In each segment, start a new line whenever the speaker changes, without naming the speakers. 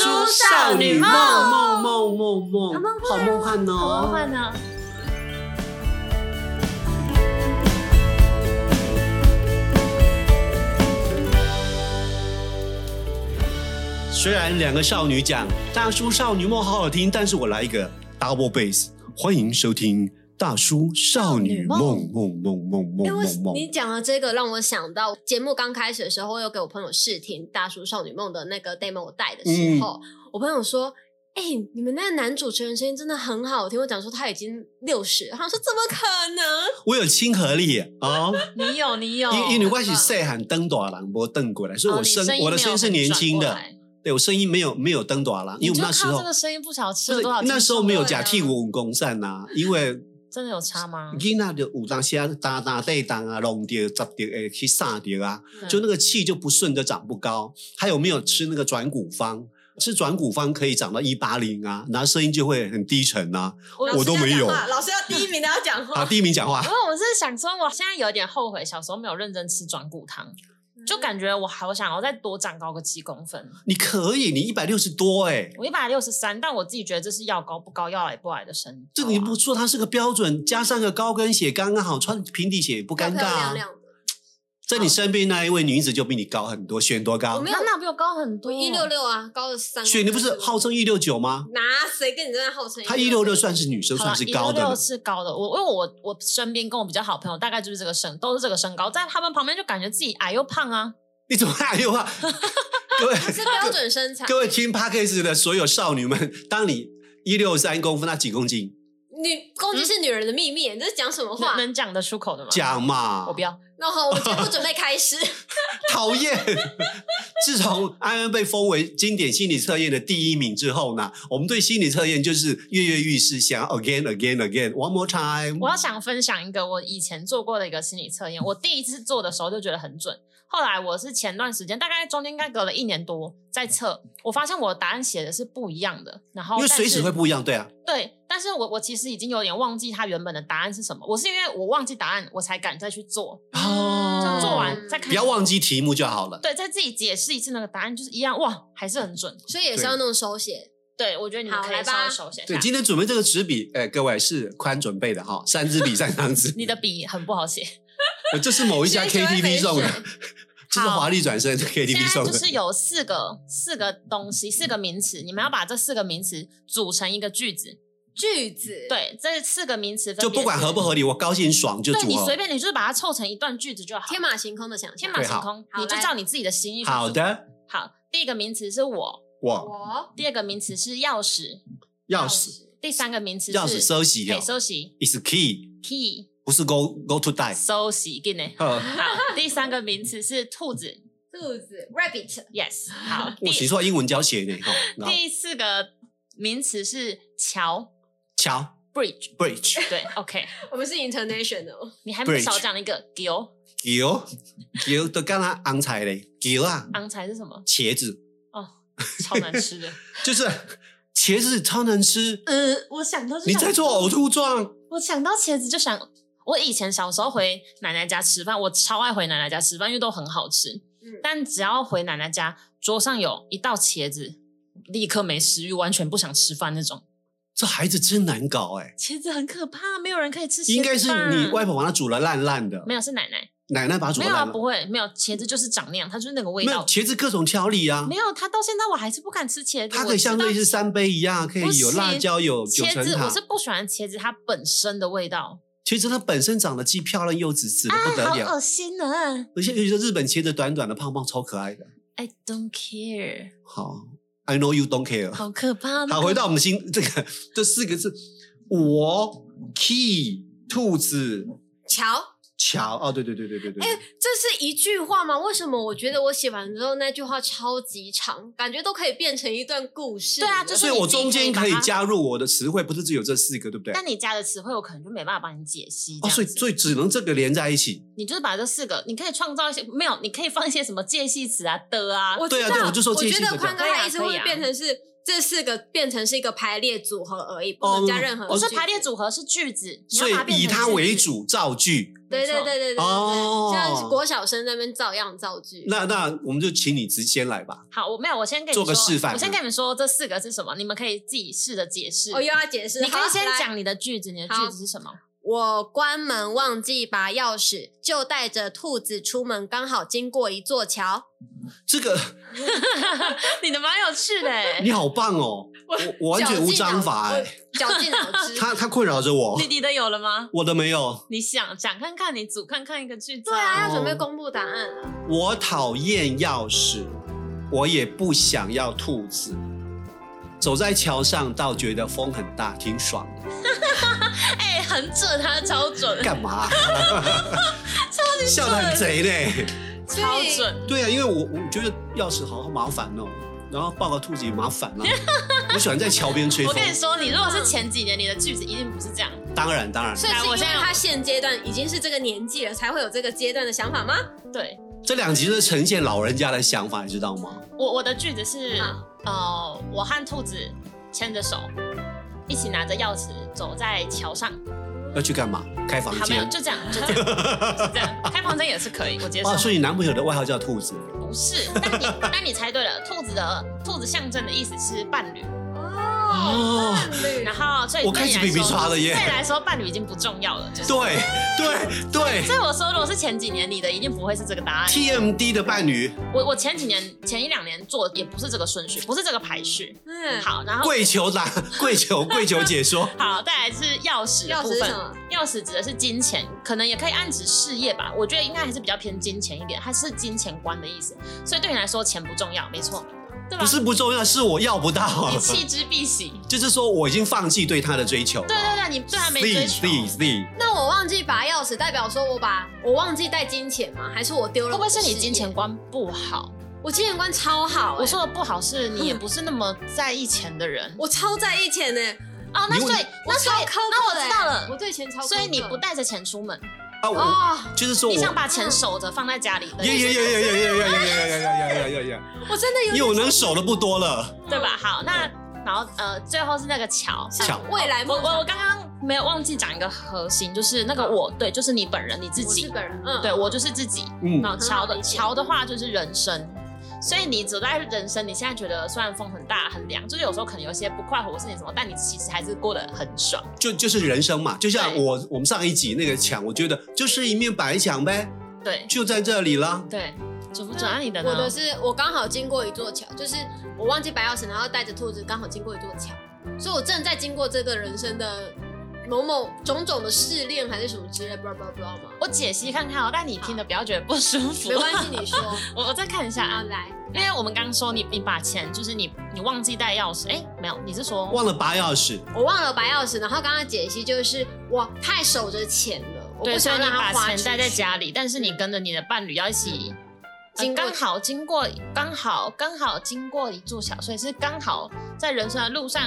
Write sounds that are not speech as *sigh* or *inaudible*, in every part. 少女梦
梦梦梦梦
梦哦
好梦幻
好梦
哦！
幻呢？
虽然两个少女讲大叔少女梦好好听，但是我来一个 double bass，欢迎收听大叔少女梦梦梦梦哎
因
梦
为
梦梦
你。讲的这个让我想到节目刚开始的时候，我有给我朋友试听《大叔少女梦》的那个 demo 我带的时候，
嗯
我朋友说：“哎、你们那个男主持人声音真的很好听。”我讲说他已经六十，他说：“怎么可能？
我有亲和力啊！
你有，你有
因因为我是
很
细汉灯短郎，波瞪过来，所以
棒
我声
哦你
我的声音是年
没有
轻
很
的
转过，来
对我声音没有没有灯短郎，因为我们那时
你
候
就靠这个声音不晓得
不
吃了
是
多少斤
那时候没有
对啊
假替我公扇呐，啊因为
真的有差吗？
囡仔就有当时啊，打打对打啊，弄掉、砸掉，诶，去撒掉啊，就那个气就不顺，就长不高。还有没有吃那个转骨方？吃转骨方可以长到一八零啊，然后声音就会很低沉啊。我都没有
老师要第一名的要讲
啊，
话，
第一名讲话，
然后我是想说，我现在有点后悔，小时候没有认真吃转骨汤，就感觉我好想要再多长高个几公分。
你可以，你一百六十多诶，
我一百六十三，但我自己觉得这是要高不高，要矮不矮的身高啊、
这你不说它是个标准，加上个高跟鞋刚刚好，穿平底鞋也不尴尬、
漂漂
啊
亮。亮的，
在你身边那一位女子就比你高很多，选多
我
高
没？
那那比我高很多，
一六。六啊，高了三公分。
选你不是号称一六九吗？
拿谁跟你在那号称？
她一六六算是女生，
好啦
算是高的
166
了。
是高的。我因为我我身边跟我比较好朋友，大概就是这个身，都是这个身高，在他们旁边就感觉自己矮又胖啊。
你怎么还有
*laughs*
啊？各位
是标准身材，
各位听 Parkes 的所有少女们，当你一六三公分，那几公斤？
女攻击
嗯
是女人的秘密，你这是讲什么话
能？能讲得出口的吗？
讲嘛
我，不要。
那好，我们节目准备开始。
讨厌。自从安安被封为经典心理测验的第一名之后呢，我们对心理测验就是跃跃欲试，想要 again again again one more time。
我要想分享一个我以前做过的一个心理测验，我第一次做的时候就觉得很准。后来我是前段时间，大概中间应该隔了一年多在测，我发现我的答案写的是不一样的，然后
因为
但
随时
是
会不一样，对啊，
对，但是我我其实已经有点忘记它原本的答案是什么，我是因为我忘记答案，我才敢再去做，
哦，
做
嗯
完再看，
不要忘记题目就好了。
对，再自己解释一次那个答案，就是一样，哇，还是很准。
所以也是要弄手写。
对，我觉得你们
好
可
来
以
吧
稍微手写一
对，
下。
今天准备这个纸笔，哎，各位是宽准备的哈，三支笔三张纸。
你的笔很不好写，
呃这是某一家
所以就会
KTV 送的
肥，
这是华丽转身 KTV
现在
送
就
的。
是有四个四个东西，四个名词，你们要把这四个名词组成一个句子。
句子，，
对，这四个名词分别
就不管
是
合不，合理，我高兴爽就
对
组
你随
合。
便，你就是把它凑成一段句子就好。
天马行空的想象。
天马
对
行
好
空，
好
你就
来
照你自己的心意。
好，的，
好，第一个名词是我，
我
我
第二个名词是钥匙，
钥匙，
第三个名词是
钥匙收息
嘿
哦
收息
，is key，
key
不是 go go to die。
收息，给呢。
呵，
好，第三个名词是兔子
兔子 rabbit，
，yes。好，
我写
第
错英文教学呢。哈，然后
第四个名词是桥
桥
bridge，
bridge，
对，OK。
我们是 international。
你还没
Bridge
少讲了一个 gill，
桥桥都干他昂菜嘞，桥啊，
昂才是什么？
茄子
哦，超难吃的。
就是茄子超难吃，
*laughs* 呃，我想到就
你在做呕吐状。
我想到茄子就想，我以前小时候回奶奶家吃饭，我超爱回奶奶家吃饭，因为都很好吃。
嗯
但只要回奶奶家，桌上有一道茄子，立刻没食欲，完全不想吃饭那种。
这孩子真难搞哎，
茄子很可怕，没有人可以吃茄子吧。
应该是你外婆把它煮了烂烂的，
没有是奶奶，
奶奶把它煮
没
了
有啊，
烂
不
了。
会，没有茄子就是长那样，它就是那个味
没有
道。
茄子各种调理啊
没，有，它到现在我还是不敢吃茄子。
它
我
可以像
知道
类似三杯一样，可
不
以有
行
辣椒，有九
茄
层
子，
塔
我。是不喜欢茄子它本身的味道，
茄子它本身长得既漂亮又紫紫的不得了，
心啊
而且尤其是日本茄子短短的胖胖超可爱的。
！I don't care，
好，I know you don't care。
好可怕。
好，回到我们的新这个这四个字，我 key 兔子
桥，
桥哦，对对对对对对，
哎
这是一句话吗？为什么我觉得我写完之后那句话超级长，感觉都可以变成一段故事了？
对啊就是
所以
你
我
自己
中间
可以
可以
把它
加入我的词汇，不是只有这四个，对不对？
但你加的词汇，我可能就没办法帮你解析。
哦，所以所以只能这个连在一起。
你就是把这四个，你可以创造一些没有，你可以放一些什么介系词啊的啊。
我知道
对啊对我就说
我
这一
觉
句
得
就
宽哥
对啊
他意思
可以
会
啊
变成是这四个变成是一个排列组合而已，不
哦
能加任何句子。
我说排列组合是句子，你
所
要
以
把它变
以
成
它
句
为
子。
主造句。
对对对对对对，
哦
对像国小生在那边照样造句。
那那我们就请你直接来吧。
好，我没有，我先给你
做个
说
示范
我
啊
先跟你们说这四个是什么，你们可以自己试着解释。
哦，又要解释，
你可
好
以先。
来
讲你的句子，你的
好
句子是什么？
我关门忘记拔钥匙，就带着兔子出门，刚好经过一座桥。
这个
*laughs* 你的蛮有趣的欸，
你好棒哦，我我完全无章法哎、
绞尽脑
*laughs*
汁。
它它困扰着我
你，你的有了吗？
我的没有。
你想想看看，你组看看一个句子、
对啊，
哦
要准备公布答案了。
我讨厌钥匙，我也不想要兔子。走在桥上倒觉得风很大，挺爽
*laughs*
的。
哎、很准，他超准，
干
*laughs*
嘛？笑得很贼嘞。
超准。
对啊，因为我我觉得钥匙好麻烦哦，然后抱个兔子也麻
*laughs*
烦啊。我喜欢在桥边吹
我
风。
跟你说，你如果是
嗯
前几年，你的句子一定不是这样。
当然当然，
所以
来
是因
我
为
现在
他现阶段已经是这个年纪了，才会有这个阶段的想法吗？
对
这两集是呈现老人家的想法，你知道吗？
我我的句子是
嗯
好，
呃，我和兔子牵着手，一起拿着钥匙走在桥上。
要去干嘛？开房
好，没有，
间。
就这样，就这样，就这样。开房间也是可以，我接受。
啊，所以你男朋友的外号叫兔子，
不是，但你但你猜对了，兔子的兔子象征的意思是伴侣，
哦
哦
伴侣
然后所以
我开始
对你来
比比
说
刷了耶
对你来说，伴侣已经不重要了，就是。
对对对
所以我说，如果是前几年你的，一定不会是这个答案。
，TMD 的伴侣，
我我前几年前一两年做也不是这个顺序，不是这个排序。
嗯，
好，然后
跪求
*laughs*
打，跪求跪求解说，
好，再来是钥匙的
钥匙
部
是
分
什。么？
钥匙指的是金钱，可能也可以暗指事业吧。我觉得应该还是比较偏金钱一点，它是金钱观的意思。所以对你来说，钱不重要，没错，对吧？
不是不重要，是我要不到
你。弃之必喜。
就是说我已经放弃对他的追求。
对对对，你对他没追
*laughs*
求。
Z Z Z，
那我忘记拔钥匙，代表说我把我忘记带金钱吗？还是我丢
会
了？
不会是你金钱？观不好？
我金钱观超好、欸，
我说的不好是你也不是那么在意钱的人
我超在意钱呢、
哦。那所以
你
那所以
我超抠的
那我知道
我
了，
对钱超苛刻，
所以你不带着钱出门，
啊，我
哦，
就是说
你想
我。
把钱守着放在家里，
耶耶耶耶耶耶耶耶耶耶耶耶耶！
我真的有
因为我能守的不多了，
对吧？好，那然后呃，最后是那个桥。
巧
未来
我
梦
我
想
我刚刚没有忘记讲一个核心，就是那个我对，就是你本人你自
我
己
是，本人，嗯，
对我就是自己。
嗯
然后
很
桥
好
的
理解
桥的话就是人生，所以你走在人生，你现在觉得虽然风很大很凉，就是有时候可能有些不快活是你什么，但你其实还是过得很爽。
就就是人生嘛，就像
对
我我们上一集那个墙，我觉得就是一面白墙呗，
对
就在这里了。
对，准不准啊？你的呢？
我的是我刚好经过一座桥，就是我忘记白钥匙，然后带着兔子刚好经过一座桥，所以我正在经过这个人生的某某种种的试炼还是什么之类，不知道不知道不知道吗？
我解析看看哦，但你听的不要觉得不舒服。
没关系，你说啊，
*laughs* 我我再看一下啊，
来，
因为我们刚说你你把钱就是你你忘记带钥匙，哎，没有，你是说
忘了拔钥匙，
我忘了白钥匙，然后刚刚解析就是我太守着钱了，我不
对，所以
想
你
让它
把
花
钱
出
带在
去
家里，但是你跟着你的伴侣要一起，呃
经过
刚好经过，刚好刚好经过一座桥，所以是刚好在人生的路上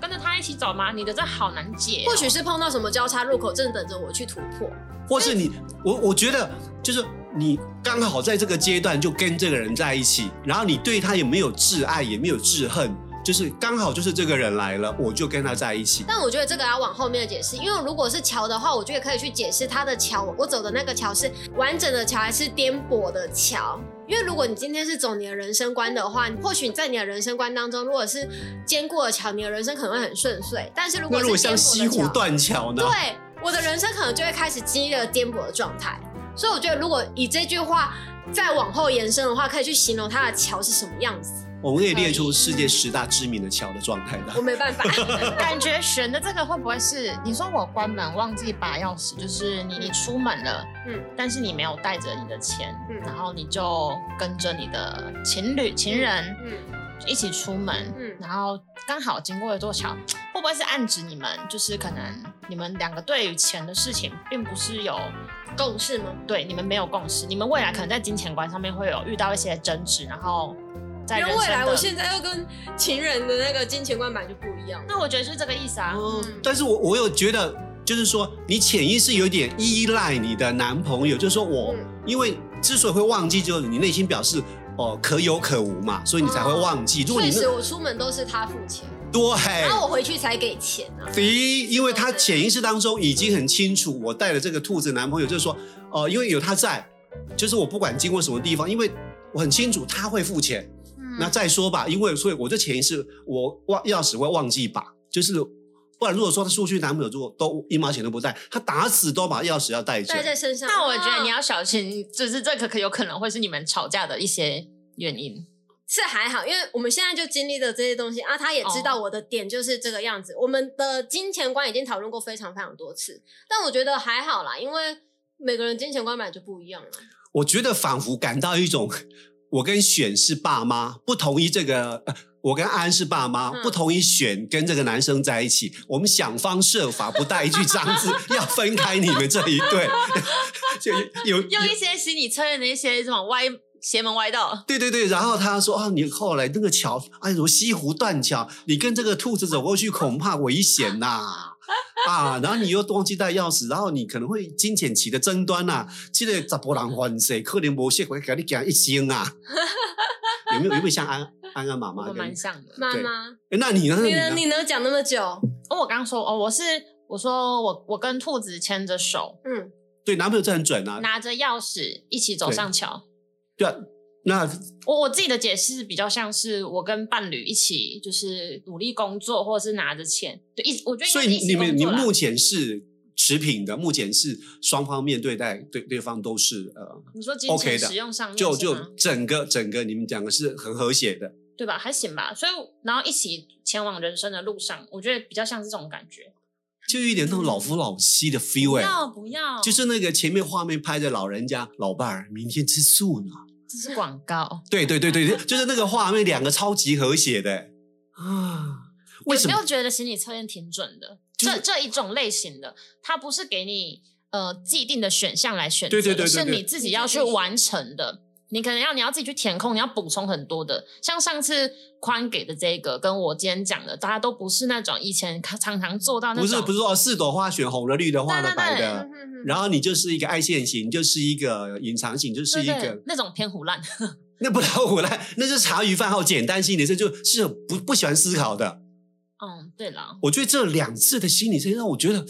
跟着他一起走吗？你的这好难解哦、
或许是碰到什么交叉路口，正等着我去突破。
或是你我我觉得就是你刚好在这个阶段就跟这个人在一起，然后你对他也没有挚爱，也没有挚恨，就是刚好就是这个人来了，我就跟他在一起。
但我觉得这个要往后面的解释，因为如果是桥的话，我觉得可以去解释它的桥，我走的那个桥是完整的桥还是颠簸的桥。因为如果你今天是走你的人生观的话，你或许你在你的人生观当中，如果是坚固的桥，你的人生可能会很顺遂。但是如
那
果
如果
是
像
颠簸
西
的
湖
桥，
断桥呢？
对我的人生可能就会开始经历了颠簸的状态。所以我觉得，如果以这句话再往后延伸的话，可以去形容它的桥是什么样子。
我们可以列出世界十大知名的桥的状态
我
的。
没办法，
感觉选的这个会不会是你说我关门忘记拔钥匙，就是你你出门了，
嗯
嗯，但是你没有带着你的钱，
嗯
然后你就跟着你的情侣情人
嗯，
一起出门，
嗯
然后刚好经过一座桥，会不会是暗指你们就是可能你们两个对于钱的事情并不是有
共识吗？
对你们没有共识，你们未来可能在金钱观上面会有遇到一些争执，然后在
因
人
为
生
未来
的
我现在要跟情人的那个金钱观本来就不一样。嗯
那我觉得是这个意思啊，
哦，但是我我有觉得，就是说你潜意识有点依赖你的男朋友，就是说我，
嗯
因为之所以会忘记，就是你内心表示哦可有可无嘛，所以你才会忘记。如果你
哦
哎
确
那
实，我出门都是他付钱，然
对。
后我回去才给钱啊。
第一，因为他潜意识当中已经很清楚，我带了这个兔子男朋友，就是说，哦、因为有他在，就是我不管经过什么地方，因为我很清楚他会付钱。
嗯
那再说吧，因为所以我就潜意识，我忘钥匙会忘记把，就是不然如果说他出去男朋友如果都一毛钱都不带，他打死都把钥匙要带着。
带在身上，
那我觉得你要小心，就是这可可有可能会是你们吵架的一些原因。
是还好，因为我们现在就经历了这些东西啊，他也知
哦
道我的点就是这个样子。我们的金钱观已经讨论过非常非常多次，但我觉得还好啦，因为每个人金钱观本来就不一样了。
我觉得仿佛感到一种，我跟选是爸妈，不同意这个。呃我跟安是爸妈，
嗯
不同意选跟这个男生在一起，我们想方设法不带一句脏字， *laughs* 要分开你们这一对， *laughs* 就有有
用一些心理测验的一些这种歪邪门歪道，
对对对，然后他说啊，你后来那个桥，哎呦，西湖断桥，你跟这个兔子走过去恐怕危险 *laughs* 呐、啊！然后你又忘记带钥匙，然后你可能会金钱起的争端呐、啊。这个杂波人还谁？可能无些会给你讲一生 *laughs* 啊！有没有有没有像安安安妈
我
妈
们
跟
蛮？像的。
妈妈，
诶那你呢？那
你
你
能
呢？
你能讲那么久？
哦，我刚刚说哦，我是我说我我跟兔子牵着手，
嗯，
对，男朋友这很准啊。
拿着钥匙一起走上桥。
对啊，那
我我自己的解释比较像是我跟伴侣一起，就是努力工作，或者是拿着钱，对，一我觉得应
所
该
以
是一起
你们
工
你
作
们
啦
目前是持平的，目前是双方面对待对对方都是呃
你说金
OK
钱
的
使用上面
就是就
吗
整个整个你们讲的是很和谐的，
对吧？还行吧。所以然后一起前往人生的路上，我觉得比较像是这种感觉。
就有一点那种老夫老妻的
不
feel 哎、
要不要，
就是那个前面画面拍着老人家老伴儿明天吃素呢，
这是广告。
对对对对，就是那个画面两个超级和谐的、哎啊，为什
有没
么？
有觉得心理测验挺准的？
就是
这这一种类型的，它不是给你呃既定的选项来选择
对
的，
对对对
是
对
你自己要去完成的。你可能要你要自己去填空，你要补充很多的。像上次宽给的这个，跟我今天讲的，大家都不是那种以前常常做到那
不
种，
是不是说哦四朵花选红的、绿的、花的、
对对
白
对
的，然后你就是一个爱线型，就是一个隐藏型，就是
对
一
对
个
那种偏胡乱。 *laughs*
那不老虎来，那是茶余饭后简单心理测，就是不不喜欢思考的。
嗯，对了，
我觉得这两次的心理测让我觉得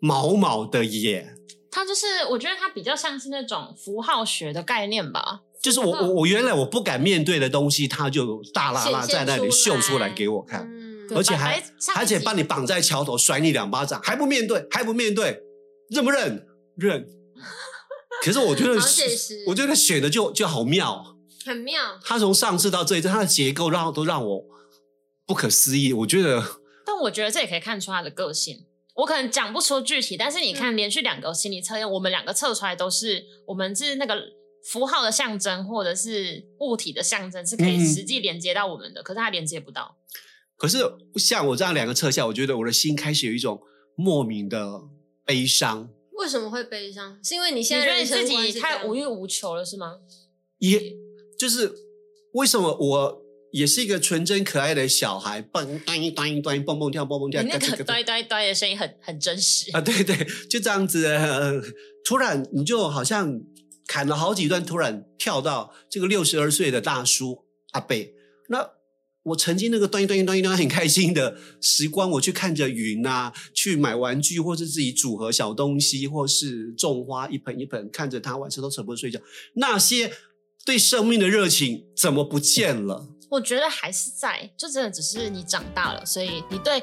毛毛的耶。
它就是我觉得它比较像是那种符号学的概念吧。
就是我我我原来我不敢面对的东西，它就大拉拉
显现
在那里
出
秀
来
出来给我看，
嗯，
对
而且
白
还
白上一
而且
集
把你绑在桥头甩你两巴掌，还不面对，还不面对，认不认？
*laughs*
认。可是我觉得
好写实，
我觉得选的就就好妙，
很妙。
它从上次到这一次，它的结构让都让我不可思议。我觉得
但我觉得这也可以看出他的个性。我可能讲不出具体，但是你
嗯
看，连续两个心理测验，我们两个测出来都是我们是那个符号的象征，或者是物体的象征，是可以
嗯
实际连接到我们的，可是他连接不到。
可是像我这样两个测下，我觉得我的心开始有一种莫名的悲伤，
为什么会悲伤？是因为你
你
现
觉
在
得你
人生
自
观
己
是这样
太无欲无求了，是吗？
也就是为什么我也是一个纯真可爱的小孩，蹦噔噔噔蹦蹦跳蹦蹦
你
跳，咯
那
吱咯吱
个 *laughs* 呆呆呆的声音很很真实。
啊，对对，就这样子、呃突然你就好像砍了好几段，突然跳到这个六十二岁的大叔阿贝。那我曾经那个端端端端很开心的时光，我去看着云啊，去买玩具，或是自己组合小东西，或是种花一盆一盆，看着他晚上都舍不得睡觉，那些对生命的热情怎么不见了？
我觉得还是在，就真的只是你长大了，所以你对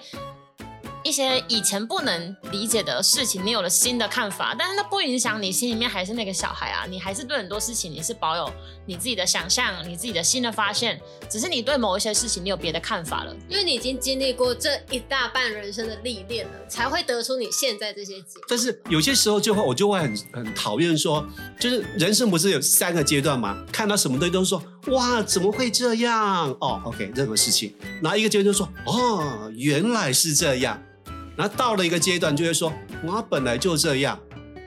一些以前不能理解的事情，你有了新的看法，但是那不影响你心里面还是那个小孩啊，你还是对很多事情你是保有你自己的想象，你自己的新的发现，只是你对某一些事情你有别的看法了。
因为你已经经历过这一大半人生的历练了，才会得出你现在这些结果。
但是有些时候就会我就会很很讨厌说，就是人生不是有三个阶段吗？看到什么东西都说哇怎么会这样哦，OK 任何事情，然后一个阶段就说哦原来是这样，然后到了一个阶段就会说我本来就这样，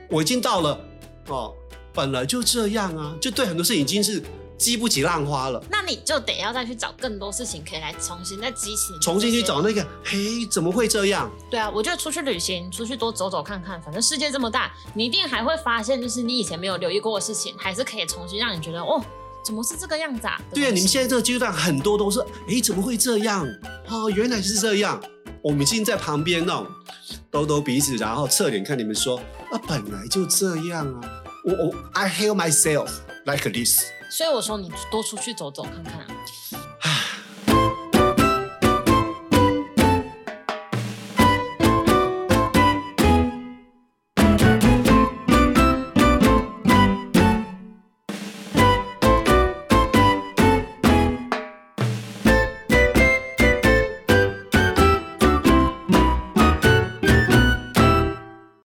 我已经到了哦本来就这样啊，就对很多事情已经是激不起浪花了。
那你就得要再去找更多事情可以来重新再激起，
重新去找。那个，嘿，怎么会这样？
对啊，我觉得出去旅行，出去多走走看看，反正世界这么大，你一定还会发现，就是你以前没有留意过的事情，还是可以重新让你觉得哦，怎么是这个样子啊？
对啊，你们现
在
在这个阶段很多都是，哎，怎么会这样？哦，原来是这样。我们已经在旁边那种抖抖鼻子，然后侧脸看你们说，啊，本来就这样啊。我我 I hate myself like this。
所以我说你多出去走走看看啊。